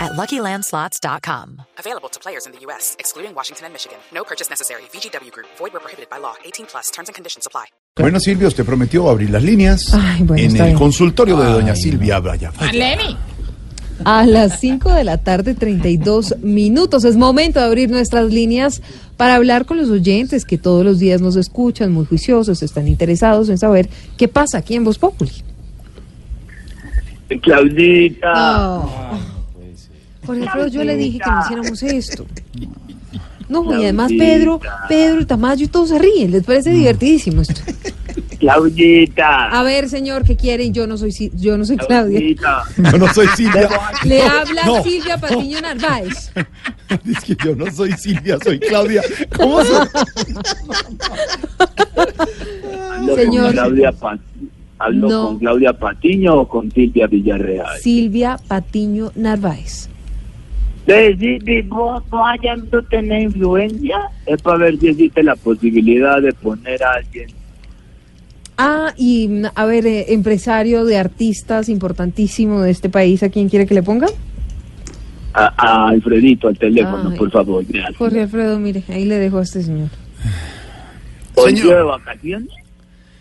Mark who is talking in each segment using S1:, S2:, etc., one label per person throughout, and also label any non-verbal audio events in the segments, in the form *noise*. S1: at luckylandslots.com.
S2: Available to players in the U.S., excluding Washington and Michigan. No purchase necessary. VGW Group, void were prohibited by law. 18 plus terms and conditions apply.
S3: Bueno, Silvia, usted prometió abrir las líneas
S4: Ay, bueno,
S3: en
S4: está
S3: el
S4: bien.
S3: consultorio de doña Silvia Braya. *laughs*
S5: Leni.
S4: A las 5 de la tarde, 32 minutos. Es momento de abrir nuestras líneas para hablar con los oyentes que todos los días nos escuchan, muy juiciosos, están interesados en saber qué pasa aquí en Voz Populi. Ah.
S6: Claudita,
S4: Por ejemplo, yo le dije que no hiciéramos esto. No, y además Pedro, Pedro, Tamayo y todos se ríen. ¿Les parece divertidísimo esto?
S6: Claudita,
S4: A ver, señor, ¿qué quieren? Yo no soy, Sil- yo no soy Ah, Claudia.
S6: Claudita,
S3: Yo no soy Silvia. *laughs*
S4: Le
S3: No,
S4: habla
S3: no.
S4: Silvia Patiño Narváez.
S3: Dice que yo no soy Silvia, soy Claudia. ¿Cómo soy?
S6: hablo
S4: Señor.
S6: con Claudia Pa- hablo
S4: No.
S6: con Claudia Patiño o con Silvia Villarreal.
S4: Silvia Patiño Narváez.
S6: Decidí, vos vayan a tener influencia, es para ver si existe la posibilidad de poner a alguien.
S4: Ah, y mm, a ver, eh, empresario de artistas importantísimo de este país, ¿a quién quiere que le ponga?
S6: A, a Alfredito al teléfono,
S4: Ay.
S6: por favor, gracias.
S4: Jorge Alfredo, mire, ahí le dejo a este señor.
S6: Hoy
S3: Señor.
S6: día de vacaciones,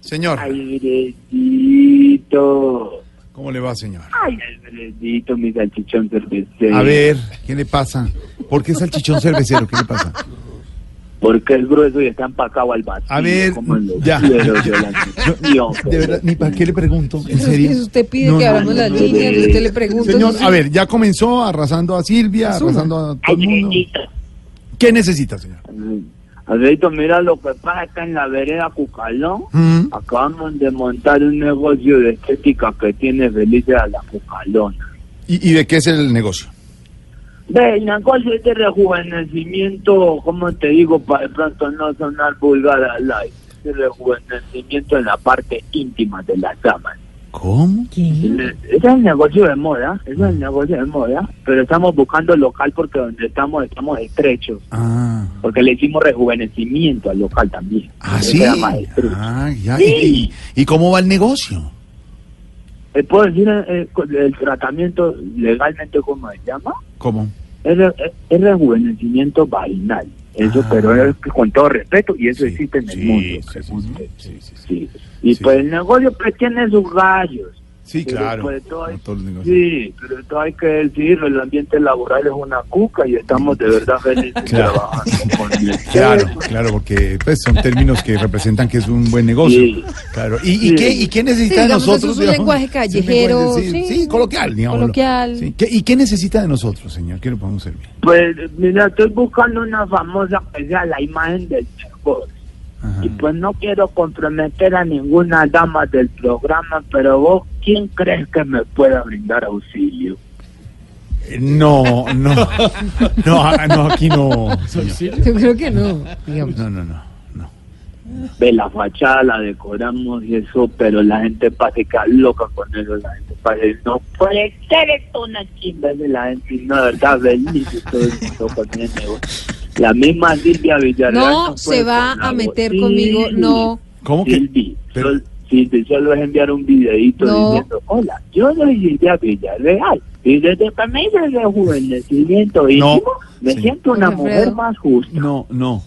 S3: Señor,
S6: Alfredito,
S3: ¿cómo le va, señor?
S6: ay, Alfredito, mi salchichón cervecero.
S3: A ver, ¿qué le pasa? ¿Por qué salchichón cervecero? ¿Qué le pasa?
S6: Porque es grueso y está empacado al vacío.
S3: A ver,
S6: como lo
S3: ya.
S6: quiero yo,
S3: *laughs*
S6: la
S3: Yo,
S6: nación.
S3: de verdad, ni para qué le pregunto, en serio.
S4: Entonces, usted pide que abramos
S6: no,
S4: las
S6: no,
S4: líneas,
S6: no,
S4: usted le
S6: no,
S4: pregunta.
S3: Señor,
S4: entonces-
S3: a ver, ya comenzó arrasando a Silvia,
S4: Asuma.
S3: arrasando a todo el mundo.
S6: Alfredito,
S3: ¿Qué necesita, señor?
S6: Alfredito, mira lo que pasa acá en la vereda Cucalón.
S3: Mm.
S6: Acabamos de montar un negocio de estética que tiene Felicia a la Cucalona.
S3: ¿Y, y de qué es el negocio?
S6: Ve, el negocio es de rejuvenecimiento, como te digo, para de pronto no sonar vulgar al aire. De rejuvenecimiento en la parte íntima de las damas.
S3: ¿Cómo?
S6: Eh, Ese es el negocio de moda, ese
S3: Mm.
S6: es el negocio de moda, pero estamos buscando local porque donde estamos estamos estrechos,
S3: Ah.
S6: porque le hicimos rejuvenecimiento al local también.
S3: Ah,
S6: Ese
S3: sí.
S6: era más estrecho.
S3: Ah, ya.
S6: Sí.
S3: ¿Y, y- y cómo va el negocio?
S6: ¿Le puedo decir eh, con- el tratamiento legalmente cómo se llama?
S3: ¿Cómo?
S6: Es, re- es- es rejuvenecimiento vaginal, eso,
S3: Ah.
S6: pero es que con todo respeto, y eso existe en el
S3: Sí,
S6: mundo.
S3: sí,
S6: según
S3: sí,
S6: usted.
S3: sí, sí, sí.
S6: Sí. Y
S3: Sí.
S6: pues el negocio pues tiene sus gallos.
S3: Sí,
S6: Pero,
S3: claro.
S6: pues, todo hay-
S3: como todos los negocios.
S6: Sí, pero esto hay que decirlo, el ambiente laboral es una cuca y estamos de verdad felices
S3: *laughs* Claro.
S6: trabajando
S3: *laughs*
S6: con él.
S3: Claro, claro, porque pues, son términos que representan que es un buen negocio.
S6: Sí.
S3: Claro. ¿Y, y
S6: Sí.
S3: qué, y qué necesita
S4: Sí,
S3: de
S4: digamos, eso es
S3: nosotros?
S4: un lenguaje
S3: Sí, un
S4: callejero,
S3: lenguaje, sí,
S4: sí.
S3: sí, coloquial, digamos.
S4: Coloquial.
S3: ¿Y qué necesita de nosotros, señor? ¿Qué le podemos servir?
S6: Pues mira, estoy buscando una famosa que sea la imagen del chavo.
S3: Ajá.
S6: Y pues no quiero comprometer a ninguna dama del programa, pero vos, ¿quién crees que me pueda brindar auxilio?
S3: Eh, No,
S6: *laughs*
S3: no. No, ah, no, aquí no. señor.
S4: Yo creo que no, digamos.
S3: No, no, no. no.
S6: Ve la fachada, la decoramos y eso, pero la gente pasa y queda loca con eso. La gente pasa y no puede ser esto una chimba de la gente. y No, de verdad, feliz y todo el mundo con el negocio. La misma Silvia Villarreal.
S4: No
S6: puede
S4: se va
S6: con la
S4: a meter
S6: voz.
S4: conmigo,
S6: Sí,
S4: no.
S3: ¿Cómo que?
S6: Silvi,
S3: Pero-
S6: sol- Silvi, solo es enviar un videito
S4: No.
S6: diciendo, hola, yo soy Silvia Villarreal. Y desde que me hice el rejuvenecimiento íntimo, me
S3: sí.
S6: siento una
S4: Jorge
S6: mujer
S4: Alfredo.
S6: más justa.
S3: No, no.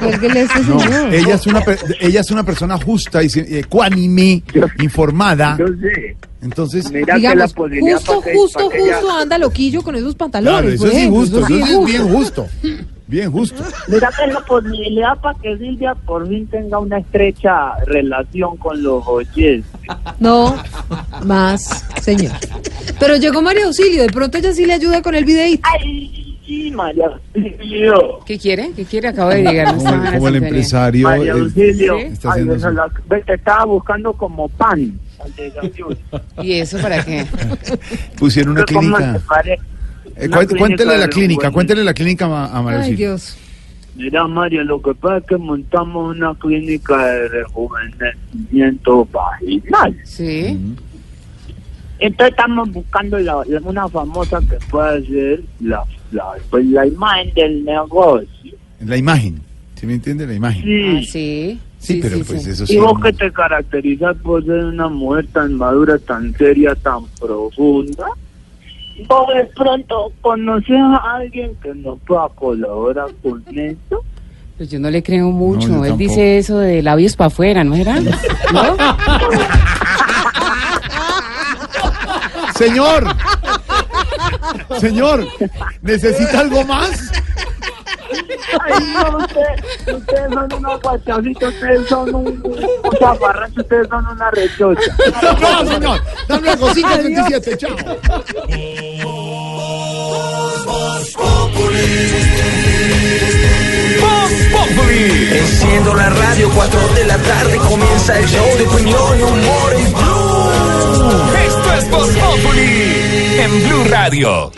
S4: Cuélguele a este
S3: No,
S4: señor.
S3: ella es una per- ella es una persona justa y se- eh, ecuánime, informada.
S6: Yo sé,
S3: Entonces,
S6: mira que la
S4: Digamos,
S6: posibilidad
S4: justo,
S6: para que-
S4: justo,
S6: para que ella-
S4: justo anda loquillo con esos
S3: claro,
S4: pantalones.
S3: eso
S4: por
S3: es
S4: ejemplo,
S3: injusto,
S4: sí
S3: eso
S4: es
S3: es
S4: justo.
S3: bien justo. Bien justo.
S6: Mira que la posibilidad para que Silvia por fin tenga una estrecha relación con los oyentes.
S4: No más, señor. Pero llegó María Auxilio, de pronto ella sí le ayuda con el videíto.
S6: ¡Ay, sí, María Auxilio!
S7: ¿Qué quiere? ¿Qué quiere? Acabo de llegar. no
S3: Como,
S7: estaba en
S3: el- como el
S7: esa feria.
S3: empresario.
S6: María
S3: el-
S6: Auxilio.
S3: está
S6: Ay,
S3: eh, haciendo
S6: esa
S3: eso.
S6: la- ve, te estaba buscando como pan. al desayuno.
S7: ¿Y eso para qué?
S3: pusieron *laughs* una
S6: ¿Cómo te
S3: clínica.
S6: pare-
S3: Eh,
S6: una
S3: cué- cuéntele
S6: de
S3: la clínica,
S6: rejuvenecimiento?
S3: cuéntele la clínica a, a María
S4: Ay,
S3: Auxilio.
S4: Dios.
S6: Mira, María, lo que pasa es que montamos una clínica de rejuvenecimiento vaginal.
S7: Sí.
S6: Entonces estamos buscando la- la- una famosa que pueda ser la, la, pues, la imagen del negocio.
S3: La imagen. ¿Sí me entiende? La imagen. Sí,
S7: Ah, sí.
S3: pero pues eso sí.
S6: Y vos que te caracterizas por ser una mujer tan madura, tan seria, tan profunda, vos de pronto conoces a alguien que nos pueda colaborar con esto.
S7: Pues yo no le creo mucho.
S3: yo
S7: Él
S3: tampoco.
S7: dice eso de labios para afuera, ¿no era? ¿No?
S3: *laughs* Señor, señor, ¿necesita algo más?
S6: Ay, no, usted- ustedes son unos guachositos, ustedes son un, un zafarrancho, ustedes son una rechocha.
S3: No, señor. Dame algo, 537, chao.
S5: Enciendo la radio, 4 de la tarde comienza el show de opinión y humor en Blue. Esto es Voz Populi en Blue Radio.